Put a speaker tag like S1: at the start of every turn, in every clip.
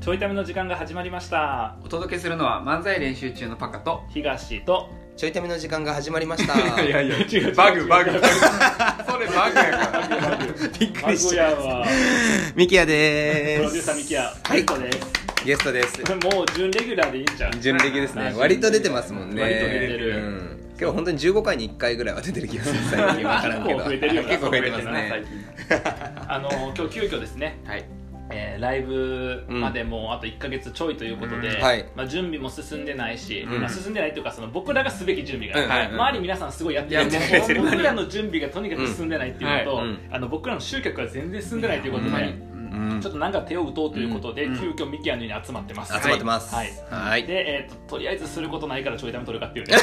S1: ちょいための時間が始まりました
S2: お届けするのは漫才練習中のパカと
S1: 東と
S3: ちょいための時間が始まりました。
S2: いや
S1: 違う違う
S2: バグバ グそれバグやから
S3: びっく
S1: マ
S3: りし
S1: グ
S3: た。
S1: ヤは
S3: ミキヤ
S1: プ
S3: で
S1: ロデュ
S3: ー
S1: ーサーミキヤ
S3: は
S1: ゲ
S3: い
S1: ストです、
S3: す。ゲストです。
S1: もう準レギュラーでいいんじゃん
S3: 準レギュですね。割と出てますもんね。
S1: 割と出てる
S3: うん今日本当に15回に1回ぐらいは出てる気 がする。最近わからんけ
S1: 結
S3: ど。
S1: 構増えてるよな
S3: 結構増えてます
S2: 最
S3: ね。
S1: あの今日急遽ですね、
S2: はい
S1: えーライブまでもうあと1か月ちょいということで、
S3: うんはい
S1: まあ、準備も進んでないし、
S3: うん
S1: まあ、進んでないというかその僕らがすべき準備が、
S3: うんはい
S1: 周り皆さんすごいやってる
S2: いやもう
S1: けど僕らの準備がとにかく進んでないっていうのと、
S3: うんはい
S1: あの僕らの集客が全然進んでないということ
S3: う
S1: で、
S3: んは
S2: はい
S3: うん
S1: ちょっとなんか手を打とうということで、
S2: うん
S1: 急遽ミキヤのように集まってます
S3: 集まってます。
S1: はい
S3: はい。
S1: で、えーととりあえずすることないからちょいダメ取るかって いうね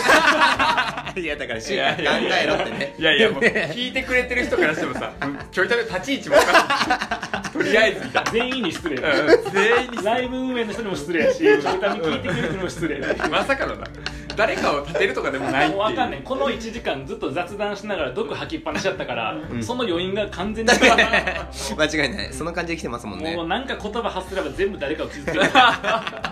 S3: いや、だから、考
S2: いやいやいや
S3: えろってね。
S2: いやいやもう聞いてくれてる人からしてもさちょいため立ち位置も分かんないとりあえずみたい
S1: 全員に失礼
S2: なうん全員に
S1: ライブ運営の人にも失礼やしちょいダメ聞いてくれる人にも失礼だし
S2: まさかのな誰かを立てるとかでもないってい
S1: もう
S2: う
S1: わかんないこの1時間ずっと雑談しながら毒吐きっぱなしだったから、
S3: ん
S1: その余韻が完全 に
S3: 間違いない。その感じで来てますもんね
S1: もう。なんか言葉発すれば全部誰かを傷つ けるた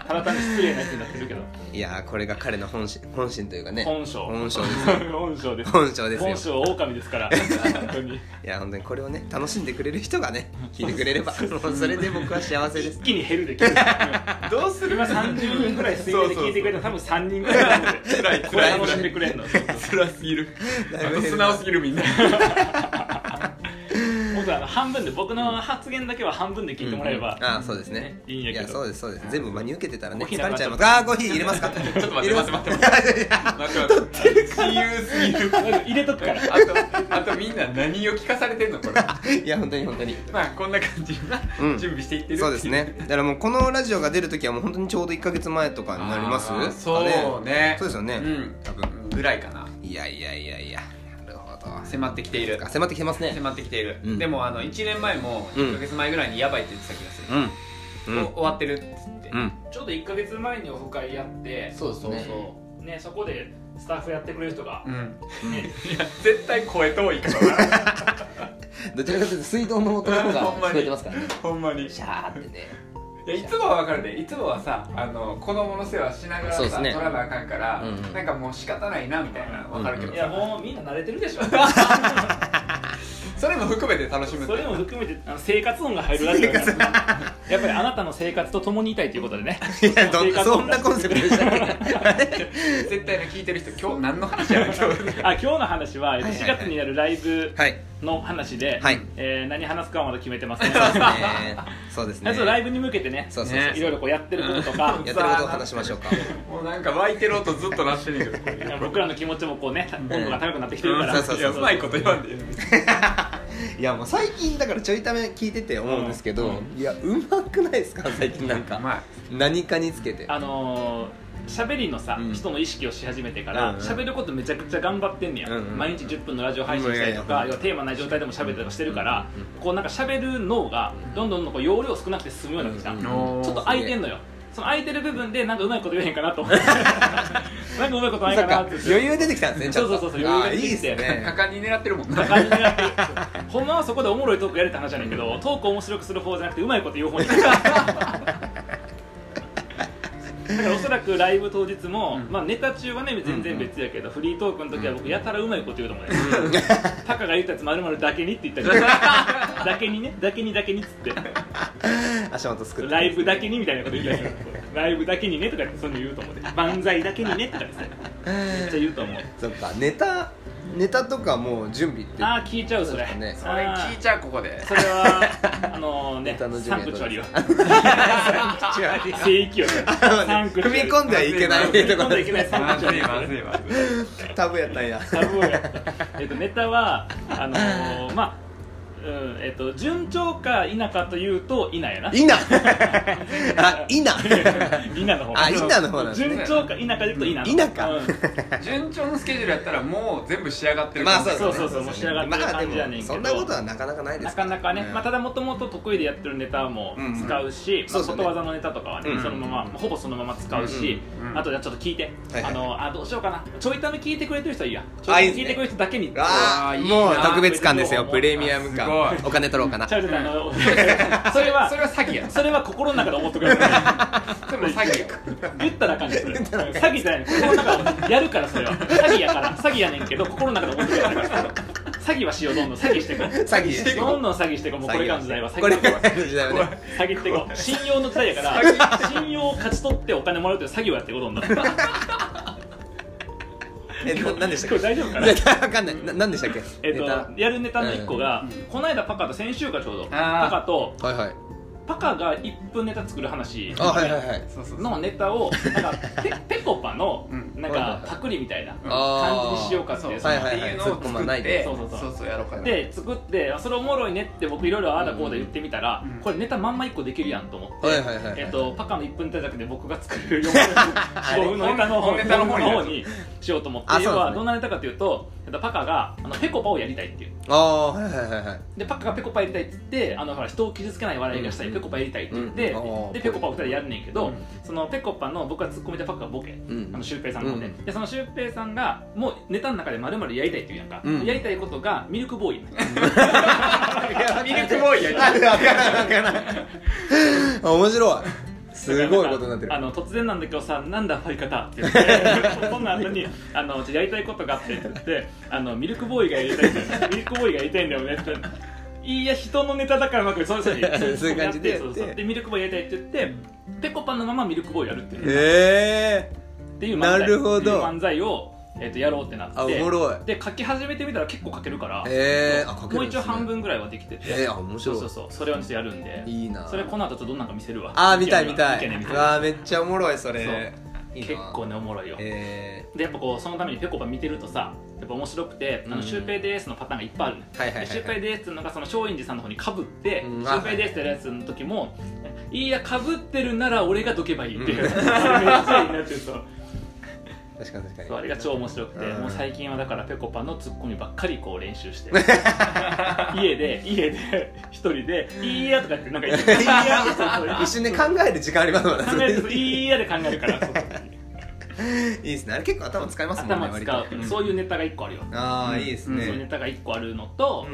S1: だ単に失礼なやつになってるけど
S3: いやー、これが彼の本心、本心というかね。
S1: 本性
S3: 本性で す
S1: 本性です
S3: 本性ですよ
S1: 本性は狼ですから本当に
S3: いや、本当にこれをね、楽しんでくれる人がね、聞いてくれれ ば、もうそれで僕は幸せで
S1: 一
S3: す。
S1: 気に減るで聞いてる
S2: どうする
S1: 今30人ぐらい推薦で聞いてくれたら多分3人ぐらいなんで
S2: 辛い
S1: これ
S2: 辛い
S1: 楽しんでくれんのそうそう
S2: 辛すぎる
S3: だい
S2: あ
S3: ぶ
S2: と
S3: 減
S2: 素
S3: る
S2: 直すぎるみ んな
S1: もっとあの半分で僕の発言だけは半分で聞いてもらえば、
S3: うんああそうですね
S1: ねいいんやけど
S3: そうですそうです全部真に受けてたらね
S1: コーヒー
S3: 疲
S1: なくなっ
S3: れち
S1: ち
S3: ゃ
S1: ゃ
S3: いうますあーコーヒー入れますかち
S2: ちょっと待って待って待って待って待って自由すぎる
S1: なんか入れとくから
S2: あとあとみんな何を聞かされてんのこれ
S3: いや本当に本当に
S2: まあこんな感じが
S3: うん
S2: 準備していってるってい
S3: そうですねだからもうこのラジオが出る時はもう本当にちょうど1か月前とかになります
S2: あー
S3: か
S2: そうね
S3: そうですよね
S2: うん
S3: 多
S2: うん
S3: 分
S2: ぐらいかない
S3: やいやいやいやなるほど
S2: 迫ってきている
S3: 迫ってきてますね
S2: 迫ってきている、
S3: うん
S2: でもあの1年前も
S3: うん
S2: 1ヶ月前ぐらいにやばいって言ってた気がす
S3: うんう
S2: る、
S3: ん
S2: お終わってるっつって、
S3: うん
S1: ちょうど1か月前にオフ会やって
S3: そうですね
S1: そうそうねそこでスタッフやってくれる人が
S2: う、ん いや絶対声遠いから な
S3: どちらかというと水道の音の方が
S2: ほんま
S3: 聞
S2: に
S3: こえてますからね
S2: ほんまにい
S3: シャーってね
S2: やいつもは分かるでいつもはさあの子供の世話しながらさ、
S3: そうです
S2: 取
S3: ね
S2: らなあかんから、
S3: うんうん
S2: なんかもう仕方ないなみたいな分かるけど
S1: い
S2: さ、
S1: やもうみんな慣れてるでしょ
S2: それも含めて楽しむって
S1: それも含めてあの生活音が入るラジオなんでやっぱりあなたの生活と共にいたいということでね
S3: いやどん
S1: 生活
S3: そ
S1: 音
S3: ん
S1: 出
S3: な
S1: して
S3: コンセプトでしたっけ
S2: 絶対ね聞いてる人今日何の話やねん 今日
S1: あ今日の話はえっと
S3: はいは
S1: 4
S3: いはい
S1: 月にやるライブ
S3: はい
S1: の話で、
S3: はい
S1: えー何話すかはまだ決めてません、
S3: ねそうです
S1: あ
S3: ね
S1: とライブに向けてね
S3: そうそうそう
S1: いろいろこうやってることとか
S3: やってることを話しましょう か
S2: もうなんか湧いてる音ずっとなしてんねんけどこれ
S1: いや僕らの気持ちもこうね温度が高くなってきてるから、
S3: うんそうそうそう
S2: いやうまいこと言わんでいいのに
S3: いやもう最近だからちょいため聞いてて思うんですけど、いやうまくないですか最近なんか、
S2: まあ
S3: 何かにつけて
S1: あのー、喋りのさ、
S3: うん
S1: 人の意識をし始めてか
S3: うん
S1: ら
S3: うん
S1: 喋、ることめちゃくちゃ頑張ってんねや、
S3: うんうん
S1: 毎日10分のラジオ配信したりとか、
S3: うんいやいや
S1: 要はテーマない状態でも喋ったりとかしてるから、
S3: うんうん
S1: こうなんか喋る脳がどんどんどんこう容量少なくて済むようになってきた、
S3: うん
S1: ち
S2: うん
S1: ょっと空いてんのよその空いてる部分でなんかうまいこと言えへんか なと思ってなんかうまいことない
S3: そ
S1: かな
S3: っか
S1: って
S3: 余裕出てきたんですねちょっと
S1: そうそうそう余裕が出てきて
S3: あーいいです
S2: 果
S3: ね
S2: 敢に狙ってるもんな
S1: 感じになってほんまはそこでおもろいトークやれって話じゃないけど、トークを面白くする方じゃなくてうまいこと言う方にだ からおそらくライブ当日も、
S2: うん
S1: まあ、ネタ中はね全然別やけど、フリートークの時は僕やたらうまいこと言うと思うね、タカが言ったやつまるまるだけにって言ったけどだけにねだけにだけにっつって
S3: 足元作って
S1: ライブだけにみたいなこと言ったけどライブだけにねとかってそういうの言うと思うね漫才だけにねとかってさめっちゃ言うと思う
S3: そっかネタネタとかもう準備って
S1: ああ聞いちゃうそれ
S3: そうです
S2: それ聞いちゃうここで
S1: それはあのね
S3: ネタの準
S1: サン
S3: 備
S1: ク
S3: は
S1: チュアリを
S3: 違う
S1: 聖域をねサンクチュアリ
S3: 踏み込んではいけないっていうと
S1: 踏み込ん
S3: こ
S1: ではいけないサン
S2: ま
S1: クチュ
S2: ず
S1: ア
S2: い
S1: リ
S2: まずいまずい
S3: タブやったんや
S1: タブをやったえっとネタはあのーまあうんえっと順調か否かというと否やない
S3: いなあいいな
S1: 否の方
S3: あ否の方なんですね
S1: 順調か否かで言うと否の方
S3: 否か
S1: うん
S2: 順調のスケジュールやったらもう全部仕上がってる
S3: まあそう
S1: そう
S3: だね
S1: そうそうもう仕上がってる感じやねんけど
S3: まあでもそんなことはなかなかないで
S1: な
S3: すか
S1: からなかね、
S3: うん
S1: まあ、ただもともと得意でやってるネタも使うし、
S3: ん
S1: ま
S3: そう
S1: あ、
S3: です
S1: 外
S3: よね
S1: 技のネタとかはね、
S3: うん
S1: そのまま、ほぼそのまま使うし、
S2: うんうん
S1: あとじゃあちょっと聞いて、
S3: はいはい
S1: あのあどうしようかなちょいため聞いてくれてる人はいいやちょい
S3: あ
S1: た
S3: い
S1: め
S3: いで
S1: 聞
S3: すね
S1: いてくれる人だけに
S3: あ
S2: いい
S3: ー
S2: な
S3: もう特別感ですよ
S1: もう
S3: プレミアム感
S2: ごい
S3: お金取ろうかな
S1: ちゃうちゃうあの それは
S2: それは詐欺や
S1: それは心の中で思っとくださ
S2: それも詐欺や
S1: い言ったらあかんねんそれ詐欺じゃない心の中でやるからそれは詐欺やから詐欺やねんけど心の中で思っとください詐欺はしようどんどん詐欺していこう
S3: 詐欺 していこう
S1: どんどん詐欺していこうもうこれからの時代は詐
S3: これ
S1: 欺
S3: か
S1: だ
S3: ら
S1: わ
S3: の時代 はね
S1: 詐欺っていこう信用の時代やから信用を勝ち取ってお金もらうという詐欺をやっていこうどんどん こ
S3: えななんでしたっ
S1: れ
S3: け
S1: 大丈夫か
S3: い
S1: な
S3: やわかん ないななんでしたっけ
S1: えっ
S3: ネ
S1: と
S3: タ、
S1: やるネタの1個が、この間パカと先週かちょうど
S2: あー
S1: パカと
S3: はいはい
S1: パカが1分ネタ作る話
S3: あはいはいはい
S2: そうそうそう
S1: のネタをなんか ペペコパの
S2: うん
S1: なん
S3: はいはい
S1: か
S3: はい
S1: パクリみたいな
S3: あー
S1: 感じにしようかって
S2: そう
S1: いう
S2: そう
S1: そ
S3: はい
S1: の
S3: はい
S2: っていうのを
S3: ツッコま
S2: 作
S3: な
S2: っ
S3: いで
S2: て
S1: そうそうそう
S2: そうそうやろうかな
S1: で作ってあそれおもろいねって僕いろいろああだこうだ言ってみたら、
S2: うん
S1: これネタまんま1個できるやんと思って、
S3: はいはいはいはい
S1: えっとパカの1分ネタじゃなくて僕が作る4分のネタの方
S2: 本ネタの方 に
S1: にしようと思って
S3: あそうなんですね
S1: 要はどんなネタかというとえっとパカがあのペコパをやりたいっていう
S3: ああはいはいはい はい
S1: でパッカがペコパやりたいって言ってあのほら人を傷つけない笑いがしたい、
S3: うん
S1: ペコパやりたいって言って、
S3: うん
S1: でペコパを2人やんねんけど、
S2: うん
S1: そのペコパの僕はツッコミでパッカがボケ、
S3: ん
S1: あのシュウペイさんの方で,、
S3: うん
S1: でそのシュウペイさんがもうネタの中でまるまるやりたいって言うやんか、
S3: うん
S1: やりたいことがミルクボーイ
S2: ミルクボーイやりたい
S3: あ面白いすごいことになってる
S1: あの突然なんだけどさなんだ相方って言ってそんな後にあのじゃあやりたいことがあってって言ってあのミルクボーイがやりたいんだ よミルクボーイがやりたいんだよねっていや人のネタだからうまくそうそう
S3: そういう感じでやって
S1: そうそうでミルクボーイやりたいって言ってペコパのままミルクボーイやるっていう、
S3: え
S1: っていう漫才
S3: なるほど
S1: っていう漫才を、えー、とやろうってなって
S3: あおもろい
S1: で書き始めてみたら結構書けるから、
S3: えーあ書ける
S1: もう
S3: んですね
S1: 一応半分ぐらいはできてて、
S3: えーあ面白い
S1: そうそうそうそれをちょっとやるんで
S3: えいいな
S1: それこの後ちょっとどんなんか見せるわ
S3: あー見たい見た
S1: 見て
S3: い
S1: ね見てね
S3: わあめっちゃおもろいそれいいな
S1: 結構ねおもろいよ、
S3: え
S1: でやっぱこうそのためにぺこぱ見てるとさやっぱ面白くて「あ
S3: う
S1: の
S3: ん
S1: シュウペイです」のパターンがいっぱいあるね
S3: ーはいは
S1: で
S3: い
S1: シュウ
S3: は
S1: ペイ
S3: い
S1: ですっていうのがその松陰寺さんの方にかぶって「シ
S3: うん
S1: ュウペイです」ってやるやつの時も「いやかぶってるなら俺がどけばいい」って いう、
S3: うん
S1: それめっちゃいいなっていうと
S3: 確かに確かに
S1: そうあれが超面白くて、
S3: うん
S1: もう最近はだからぺこぱのツッコミばっかりこう練習 して家で家で一人で「いいや」とかってなんか言って「いいや」とか
S3: 一瞬ね考える時間あります もんね
S1: 考えると「 いいや」で考えるからそうそう
S3: いいですねあれ結構頭使いますもんね
S1: 頭使う、
S3: 割と
S1: そういうネタが一個あるよ
S3: ああいいです
S1: そういうネ
S3: ね
S1: タが1個あるのと、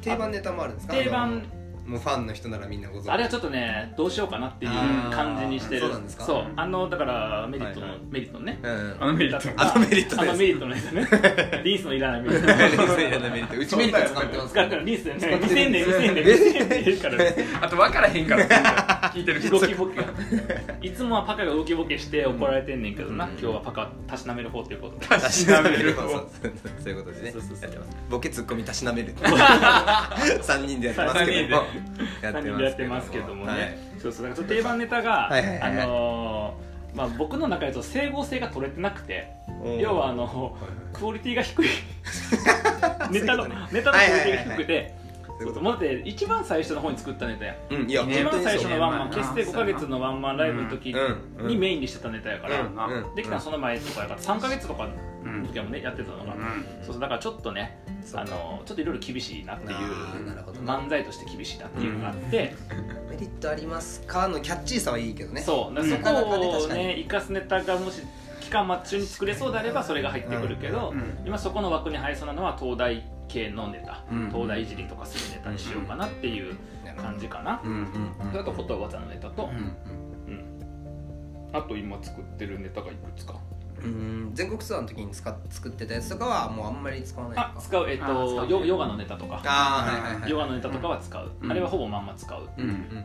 S3: 定番ネタもあるんですか
S1: 定
S3: あ
S1: 番
S3: のもうファンの人ならみんなご存知
S1: あれはちょっとねどうしようかなっていう感じにしてる
S3: あーそうなんですか
S1: そうあのだからメリットの、
S3: はいはい
S1: メリットのね
S3: うん
S2: あのメリット
S3: あのメリット
S1: あ
S3: です
S1: のメリットのやつ ねリンスのいらないメリット
S3: うちメリット使ってます
S1: 使
S3: か
S1: っ
S3: ら
S1: たらリ
S3: ね
S1: ンスだよね
S3: 使ってる
S1: 2000年2000年2000年ですから ね
S2: あと分からへんから聞いてる人
S1: 動きボケがいつもはパカが動きボケして怒られてんねんけどな、今日はパカたしなめる方ということで
S3: たしなめる そうそうそういうことですね
S1: そうそうそう
S3: やってますボケツッコミたしなめる3人でやってますけども
S1: 3人でやってますけどもね、
S3: はい
S1: そうそうだからちょっと定番ネタが、
S3: はいはいはいはい
S1: あのーまあ、僕の中でと整合性が取れてなくて
S3: うん
S1: 要はあのクオリティが 低いネタの
S3: そういうことね
S1: ネタのクオリティが低く
S3: は
S1: てそうそうもうだって一番最初の方に作ったネタやん
S3: うんいや
S1: 一
S3: 本当
S1: 番
S3: に
S1: 最
S3: そ
S1: 初
S3: う
S1: のワンマン
S2: そうや
S1: 結
S2: な
S1: 成5か月のワンマンライブの時
S3: うん
S1: にメインにしてたネタやから、
S2: うん
S1: できたのその前とかやから3か月とかの時はもうねやってたのが、
S2: うん
S1: そうそうだからちょっとね
S3: そ
S1: あ
S3: っか
S1: のちょっといろいろ厳しいなっていう
S3: あーなるほどな
S1: 漫才として厳しいなっていうのがあって、
S3: メリットありますかのキャッチーさはいいけどね
S1: そうだ
S2: うん
S1: からそこ
S3: な
S1: を
S3: かなかね確か
S1: ね生かすネタがもし期間中に作れそうであればそれが入ってくるけど、
S2: うんうん
S1: 今そこの枠に入りそうなのは東大系のネタ、
S2: うん
S1: 東大いじりとかするネタにしようかなっていう感じかな、
S3: うんうん
S1: であとことわざのネタと
S2: う、ん
S1: うんあと今作ってるネタがいくつか
S3: うん全国ツアーの時に使っ作ってたやつとかはもうあんまり使わない
S1: あ
S3: のか
S1: 使うえっ
S2: あー使
S1: と
S2: う
S1: ヨヨガのネタとか
S3: ああはいはいはい
S1: ヨガのネタとかは使う、
S2: うん
S1: あれはほぼまんま使う、
S3: うんうん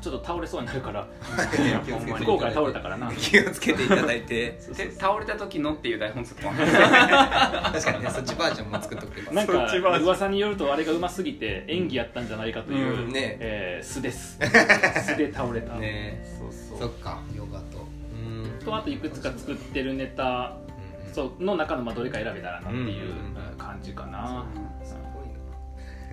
S1: ちょっと倒れそうになるから
S3: うんうん
S2: ほんまに
S1: 福岡で倒れたからな
S3: 気をつけていただいて
S1: そうそう
S2: で倒れた時のっていう台本そこは
S3: 確かにねそっちバージョンも作っとけば
S1: なん
S2: そ
S1: か
S2: っちバージョン
S1: 噂によるとあれがうますぎて演技やったんじゃないかという、
S2: うん
S3: ね
S1: えー素です 素で倒れた、
S3: ね
S1: そうそう
S3: そっかヨガとうん
S1: とあといくつか作ってるネタ
S3: うん
S1: そうの中のまあどれか選べたらなっていう
S3: うん
S1: うん感じかな、
S3: すごいな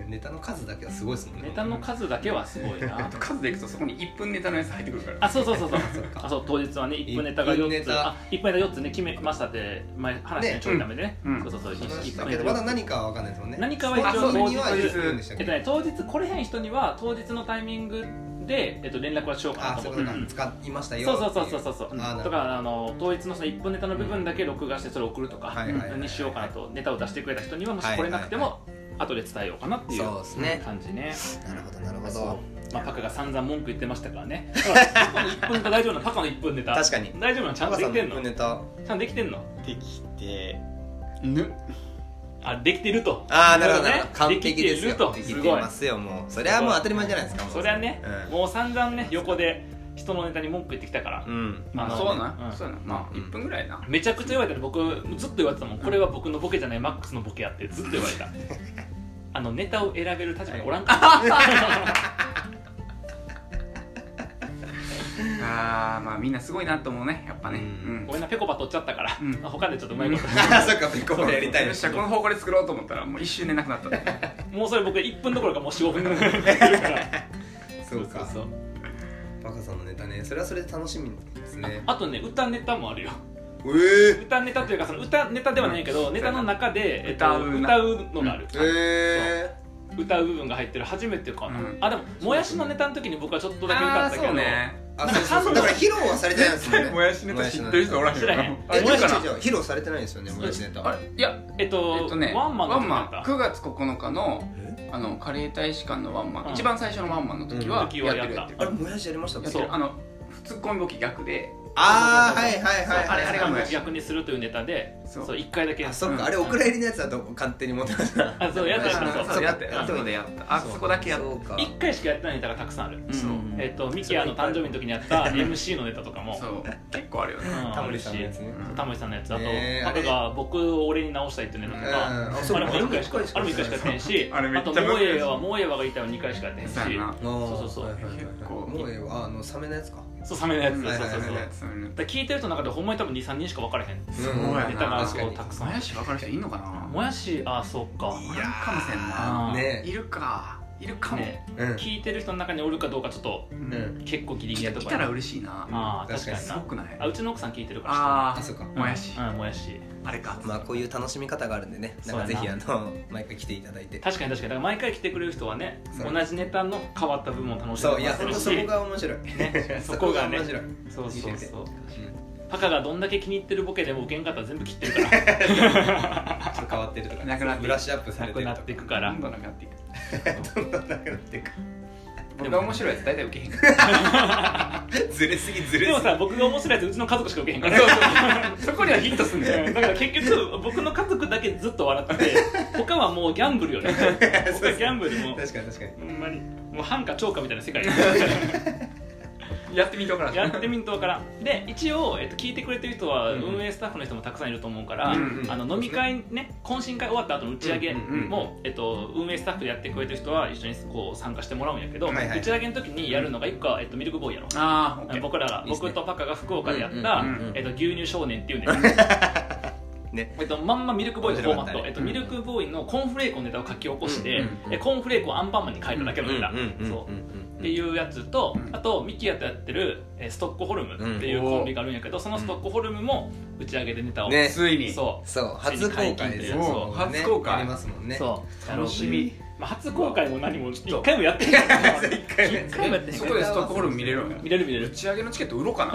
S3: ネタの数だけはすごいですもんね
S1: ネタの数だけはすごい な
S2: 数でいくとそこに1分ネタのやつ入ってくるから
S1: あそうそうそうそう
S3: そうか
S1: あそう当日はね1分ネタが
S3: 一分
S1: 4
S3: ネ
S1: つ
S3: タ
S1: あ一分ネタ4つね決めましたって前話した
S3: ね
S1: ちょいためでね
S2: うん
S1: そうそうそう
S3: その話
S1: 一
S3: だ
S1: 分
S3: け
S1: ネ
S3: ど
S1: タ
S3: まだ何かは分かんないですもんね
S1: 何かは
S3: は
S1: 一
S3: 一
S1: 応当
S3: 応
S1: 日
S3: には言うんでしたっ
S1: えっと
S3: け
S1: ね当日来れへん人には当日のタイミングで、えっと、連絡はしようかな
S3: あそ
S1: と思
S3: うい
S1: ってう
S3: うことか
S1: ん
S3: 使いましたよ
S1: そうそうそうそうそうそう
S3: あーなるほど
S1: とかあの当日のその1分ネタの部分だけ録画してそれを送るとか
S3: はいはいはい
S1: にしようかなとネタを出してくれた人にはもし来れなくても後で伝えようかなっていう
S3: そうですね
S1: 感じね
S3: なるほどなるほ
S1: そ
S3: ど
S1: うまあ、パカが散々文句言ってましたからねパカの1分ネタ大丈夫なのパカの1分ネタ
S3: 確かに
S1: 大丈夫なのちゃんとできてんの
S3: 赤さんの
S1: ち
S3: ネタ
S1: ゃんとできてんの
S2: できてぬ
S1: あできてると
S3: ああなるほど
S1: ね
S3: ね完璧で
S1: でき
S3: す
S1: てると
S3: よできてますよもうそれはもう当たり前じゃないですか
S1: そりゃね、
S3: うん
S1: もう散々ね横で人のネタに文句言ってきたから、
S3: うん
S2: ま
S1: あ
S2: あ
S1: の
S2: そうな、
S1: うん
S2: そうなまあ
S3: うん
S2: 1分ぐらいな、
S1: めちゃくちゃ言われたの僕ずっと言われてたもんこれは僕のボケじゃないマックスのボケやってずっと言われたあのネタを選べる立場におらんか
S2: ああまあみんなすごいなと思うねやっぱね
S3: う
S2: うんん
S1: ごめんなぺこぱ取っちゃったから、
S2: うん
S1: 他でちょっとうまいこと、
S3: ああそっかピコ
S2: そう
S3: パやりたい
S2: よっしゃこの方向で作ろうと思ったらもう一瞬でなく なったね
S1: もうそれ僕1分どころかもう45分ぐらいやってるから
S3: そうか
S1: そう
S3: 若さんのネタねそれはそれで楽しみですね
S1: あとね歌ネタもあるよ
S3: え
S1: 歌ネタというかその歌ネタではないけど、ネタの中で、えっと、
S2: 歌う
S1: 歌
S2: な
S1: うのがある、
S3: ええ
S1: 歌う部分が入ってる初めてかな、
S2: うん
S1: あでももやしのネタの時に僕はちょっとだけ歌っ
S2: あ
S1: た
S2: あ
S1: け
S2: そ
S1: ど
S2: うね
S3: あそうそうそうだから披露はされてないですもんね
S2: もやしネタ知ってる人おらんよ
S1: 知らへん
S2: あ
S3: え
S2: いるか
S3: 違う違う違う披露されてないですよねもやしネタ
S2: なあれいや
S1: えっと,、
S2: えっとね
S1: ワンマンの時だった
S2: 9月9日のあのカレー大使館のワンマン、
S1: うん
S2: 一番最初のワンマンの時は
S1: うん時
S2: や
S1: は
S2: って
S1: やった
S2: るやってる
S3: あれもやしやりましたっ
S2: や
S3: け
S2: って
S1: そう
S2: るあのツッコミボケ逆で
S3: ああはいはいはい
S1: あれあれが
S2: もやし
S1: 逆にするというネタで
S2: そう
S1: そう一回だけ
S3: あそっかあれお蔵入りのやつだと勝手に持ってました
S1: あそうやったやったそう
S2: あそうやったやったあそこでやったあそこだけやった
S3: そうか
S1: 一回しかやってないネタがたくさんある、
S2: うん
S3: そう
S1: えっとミキアの誕生日の時にやった MC のネタとかも
S2: そう結構あるよね
S1: うん
S3: タモリさんのやつね
S2: うん
S1: タモリさんのやつだと、
S3: ねえ
S1: パカが僕を俺に直したいっていうネタとか、
S3: うんあ
S1: あ
S3: そう
S1: れも一回しか
S3: あれも一回しか
S1: あれも一回しかやってへんし
S2: あれめっちゃ
S1: と
S2: 難しい
S1: もうええわもうええわが言いたいは二回しかやってへんし
S2: そうやな
S1: そうそうそう
S3: 結
S2: 結
S3: 構
S2: 構
S3: もうええわあのサメのやつか
S1: そうサメのやつ、
S2: うん
S1: そうそうそう、
S3: はいはいはい
S2: そういうの
S1: だから聞いてる人の中でほんまに多分23人しか分からへんネ
S2: そうや
S1: タが
S2: な
S3: 確
S1: そ
S3: か
S1: う
S3: に
S1: たくさん
S2: もやし分かる人いんのかな
S1: もやしあそうか
S2: いやかもしれんな
S1: あー
S3: ね
S2: いるかいるかも
S1: ね
S3: うん
S1: 聞いてる人の中におるかどうかちょっと
S2: うん
S1: 結構ギリギリなと
S2: 来
S1: こ
S2: た
S1: や
S2: ら
S1: な
S2: 嬉しいな
S1: ああ確か
S3: 確か
S1: に
S3: に
S1: な
S2: すごくない
S1: あうちの奥さん聞いてるから
S2: あ
S3: あそう
S1: 知
S3: か
S1: ってる
S2: もやし
S1: うん、もやし
S2: ああれか
S3: まあこういう楽しみ方があるんでねなんかぜひあの毎回来ていただいて
S1: 確かに確かにだから毎回来てくれる人はね
S3: そう
S1: 同じネタの変わった部分を楽しんで
S3: そう
S1: く
S3: い
S1: れ
S3: や
S1: る
S3: 本当
S1: し
S3: そこが面白い
S1: ねそこがね
S3: 面白い
S1: そうそう
S3: 見てて
S1: そうパカがどんだけ気に入ってるボケでも受けんかったら全部切ってるから
S3: ちょっと変わってるとか
S2: なくなってる
S3: ブラッシュアップさ
S1: な
S3: れ
S1: く
S3: てると
S1: な
S3: か
S1: っていくから
S2: どんどんなくなっていく
S3: どんどんなくなっていく
S2: 僕が面白いやつ大体受けへんから
S3: ずれすぎずれすぎ
S1: でもさ僕が面白いやつうちの家族しか受けへんから
S2: そう そうそこにはヒットすんだ よ
S1: うんだから結局僕の家族だけずっと笑ってて他はもうギャンブルよね他はギャンブルもう
S3: 確かに確かに
S1: ほんまにもう半か超かみたいな世界
S2: やってみとから
S1: やってみんとわからんで一応、えっと、聞いてくれてる人は
S3: うん
S1: 運営スタッフの人もたくさんいると思うから、
S2: うんうん
S1: あの飲み会ね懇親会終わった後の打ち上げ
S3: う
S2: う
S3: ん
S2: んうん
S1: も、えっと、運営スタッフでやってくれてる人は一緒にこう参加してもらうんやけど、
S3: はいはい
S1: 打ち上げの時にやるのが一個は、えっと、ミルクボーイやろ
S2: ああオッケー
S1: 僕らが
S3: いいっすね
S1: 僕とパカが福岡でやった、
S2: うんうんうん
S1: えっと、牛乳少年っていう ね
S3: ね
S1: えっと、まんまミルクボーイのフォーマッ
S3: 面白か
S1: ト、
S3: ったね
S1: えっと、ミルクボーイのコーンフレークのネタを書き起こして、
S3: うん
S2: うん
S1: えコーンフレークをアンパンマンに変えただけのネタ、そうっ
S3: っ
S1: ていうやつと、
S2: うん
S1: あとミキヤとやってるえーストックホルムっていうコンビがあるんやけど、そのストックホルムも打ち上げでネタを、
S3: ね
S2: ついに
S1: そ
S3: そう初公開ですよ
S2: そう
S3: もうね
S2: 初公開
S3: やりますもん
S1: う、
S3: ね
S1: そう
S2: 楽しみ、
S1: まあ、初公開も何も一回もやってない から一回もやってない
S2: そこでストックホルム見れるんや
S1: 見れる見れ
S2: 打
S1: る
S2: ち上げのチケット売ろう かな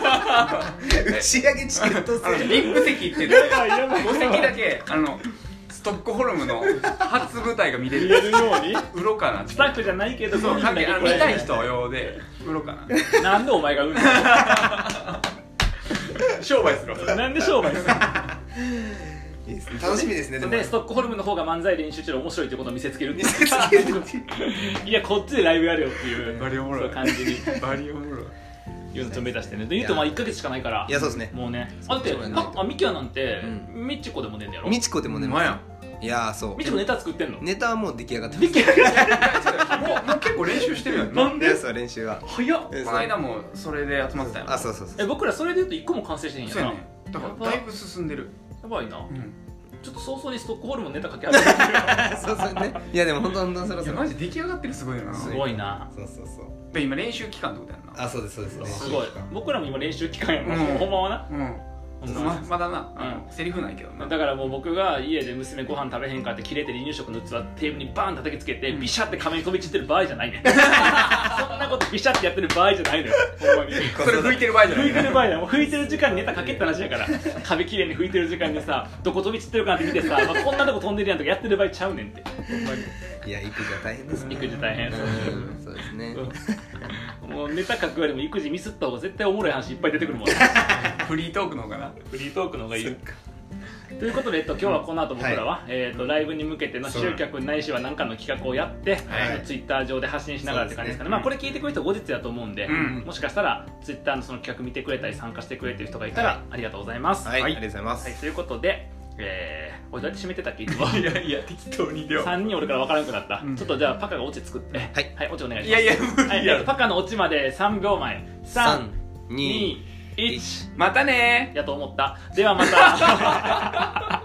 S3: 打ち上げチケット
S2: あの
S3: 制
S2: リップ席っていう
S1: やばいやばい
S2: 5席だけあのストックホルムの初舞台が見れ
S1: 見
S2: る
S1: れるように
S2: 売ろうかな
S1: スタッフじゃないけど
S2: そう
S1: みん
S2: 関
S1: な
S2: 係
S1: で
S2: あの
S1: こ
S2: 見
S1: れ
S2: たい人用で売ろうかな
S1: なんでお前が運営
S2: 商売するわ
S1: なんで商売する
S3: いいですね楽しみですねで
S1: の
S3: も
S1: でストックホルムの方が漫才練習中に面白いってことを見せつけるっていう
S3: 見せつける って
S1: いやこっちでライブやるよっていう
S2: バリおも
S1: そ
S2: ろ
S1: う
S2: い
S1: いう感じに
S2: バリおもろい
S1: いうのを目指してねで言うとまあ1か月しかないから
S3: いやそうですね
S1: もうねあだって
S3: そうやね
S1: ああミキヤなんて、
S3: う
S1: みちこでも出んのやろ
S3: み
S1: み
S3: ちこでもね
S2: まや
S3: いやーそ
S1: ちこネタ作ってんの
S3: うネタはもう出来上がってま
S1: ミキヤが
S2: もうもう結構練習してるやん
S1: な
S2: なん
S3: すいや
S1: で
S3: そう練習は
S1: 早っ
S3: え
S2: この間もそれで集まってたやん
S3: あそうそう
S1: え
S3: そう
S1: 僕らそれで言うと1個も完成してへんや
S2: そう
S1: な
S2: や
S1: や
S2: ねだからだいぶ進んでる
S1: ばいな
S2: うん
S1: ちょっと早々にストックホルムのネタ書き始めてるよ
S3: そうそうねいやでも本当本当そろ
S2: い
S3: そ
S2: や
S3: ろ
S2: マジ出来上がってる すごいよな
S1: すごいな
S3: そうそうそう
S2: で今練習期間ってことやんな
S3: あそうですそうです
S1: すごい僕らも今練習期間やもん、
S2: うん
S1: ほんまはな
S2: うん
S1: ほんま
S2: ままだな、
S1: う
S2: セリフないけどな
S1: だからもう僕が家で娘ご飯食べへんかって切れて離乳食の器テーブルにバーン叩きつけてビシャって壁に飛び散ってる場合じゃないねんそんなことビシャってやってる場合じゃないのよほんまに
S2: それ拭いてる場合じゃない
S1: 拭いてる場合だよもう拭いてる時間にネタかけって話やから壁きれいに拭いてる時間にさどこ飛び散ってるかなって見てさ、まあこんなとこ飛んでるやんとかやってる場合ちゃうねんってほんまに
S3: いや育児は大変ですね
S1: 育児大変
S3: うんそうですね
S1: うんもうネタ書くよりも育児ミスった方が絶対おもろい話いっぱい出てくるもんね
S2: フリートークの方がな
S1: フリートークの方がいい
S3: そっ
S1: よ
S3: か
S1: ということで、えっと、今日はこの後僕らは、えっとライブに向けての集客ないしは何かの企画をやって、
S3: はい
S1: ツイッター上で発信しながらって感じですかね
S2: そうですね
S1: まあ、これ聞いてくれる人後日だと思うんで、
S2: うん
S1: もしかしたらツイッターのその企画見てくれたり参加してくれてる人がいたら、
S3: はい
S1: ありがとうございます、
S3: はいあ
S1: は
S3: り
S1: い
S3: がとうございます
S1: ということで、えー、俺どうやって締めてたっけいつも
S2: いやいや適当にでは
S1: 3人俺から分からなくなった、
S2: うん
S1: ちょっとじゃあパカがオチ作ってはいはい、オチお願いし
S2: い
S1: ま
S2: や
S1: す
S2: いや無
S1: はい
S2: 理や
S1: えー
S2: ろ
S1: パカのオチまで3秒前
S3: 三
S1: 321
S3: 二一
S2: またねー
S1: やと思ったではまた